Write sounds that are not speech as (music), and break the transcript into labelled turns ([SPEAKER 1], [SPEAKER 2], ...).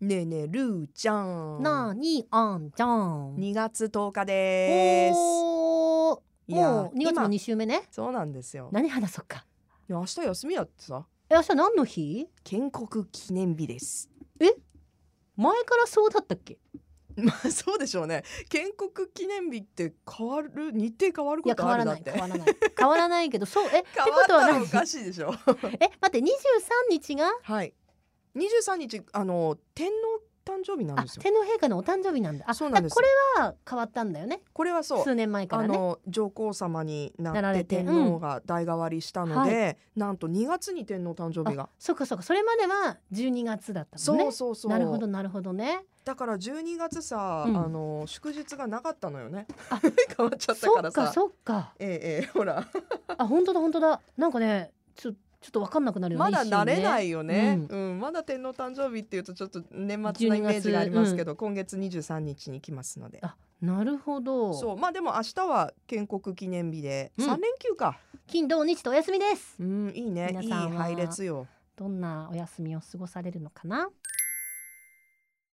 [SPEAKER 1] ねえねえルーちゃん
[SPEAKER 2] なにあんちゃん。
[SPEAKER 1] 2月10日です
[SPEAKER 2] おー
[SPEAKER 1] いや
[SPEAKER 2] もう2月
[SPEAKER 1] 今
[SPEAKER 2] の2週目ね。
[SPEAKER 1] そうなんですよ
[SPEAKER 2] 何話そうか。
[SPEAKER 1] いや明日休みやってさ
[SPEAKER 2] え明日何の日？
[SPEAKER 1] 建国記念日です (laughs)
[SPEAKER 2] 前からそうだったっけ？
[SPEAKER 1] まあそうでしょうね建国記念日って変わる日程変わる
[SPEAKER 2] い
[SPEAKER 1] こ
[SPEAKER 2] や変
[SPEAKER 1] と
[SPEAKER 2] わ
[SPEAKER 1] ある
[SPEAKER 2] ら
[SPEAKER 1] だ
[SPEAKER 2] な
[SPEAKER 1] っ
[SPEAKER 2] い
[SPEAKER 1] て
[SPEAKER 2] 変わらない変わらないけどそうえって
[SPEAKER 1] (laughs) 変
[SPEAKER 2] こと
[SPEAKER 1] わ
[SPEAKER 2] は
[SPEAKER 1] ったらお
[SPEAKER 2] 何？
[SPEAKER 1] かしいでしょ
[SPEAKER 2] え待って23日が
[SPEAKER 1] はい23日あの天皇誕生日なん
[SPEAKER 2] あ
[SPEAKER 1] ですよ
[SPEAKER 2] 天皇陛下のお誕生日なんだ。あ
[SPEAKER 1] そうなんです
[SPEAKER 2] だからこれは変わったんだよね。
[SPEAKER 1] これはそう
[SPEAKER 2] 数年前か
[SPEAKER 1] あ
[SPEAKER 2] らね。
[SPEAKER 1] の上皇様に
[SPEAKER 2] な
[SPEAKER 1] な
[SPEAKER 2] ら
[SPEAKER 1] っ
[SPEAKER 2] れ
[SPEAKER 1] て
[SPEAKER 2] て
[SPEAKER 1] 天皇が代替わりしたので、なんと2月に天皇誕生日が、
[SPEAKER 2] そうかそうかそれまでは12月だったもんね。
[SPEAKER 1] そうそうそう
[SPEAKER 2] なるほどなるほどね。
[SPEAKER 1] だから12月さ、
[SPEAKER 2] うん
[SPEAKER 1] あの祝日がなかったのよね
[SPEAKER 2] あ
[SPEAKER 1] (laughs) 変わっちゃった
[SPEAKER 2] そ
[SPEAKER 1] か
[SPEAKER 2] っ
[SPEAKER 1] ら
[SPEAKER 2] か
[SPEAKER 1] さ
[SPEAKER 2] そっか。
[SPEAKER 1] ええええほ
[SPEAKER 2] (laughs)
[SPEAKER 1] ら
[SPEAKER 2] あ本当だ本当だ。なんかねちょちょっとわかんなくなるよね。。
[SPEAKER 1] まだ慣れないいよね
[SPEAKER 2] 一、
[SPEAKER 1] うんまだ天皇誕生日っていうとちょっと年末なイメージがありますけど、今月23日に来ますので
[SPEAKER 2] あなるほど。
[SPEAKER 1] そうまあでも明日は建国記念日で
[SPEAKER 2] うん
[SPEAKER 1] 3連休か
[SPEAKER 2] 金土日とお休みです
[SPEAKER 1] うん、いいねいい
[SPEAKER 2] 皆さんは
[SPEAKER 1] 配列よ
[SPEAKER 2] どんなお休みを過ごされるのかな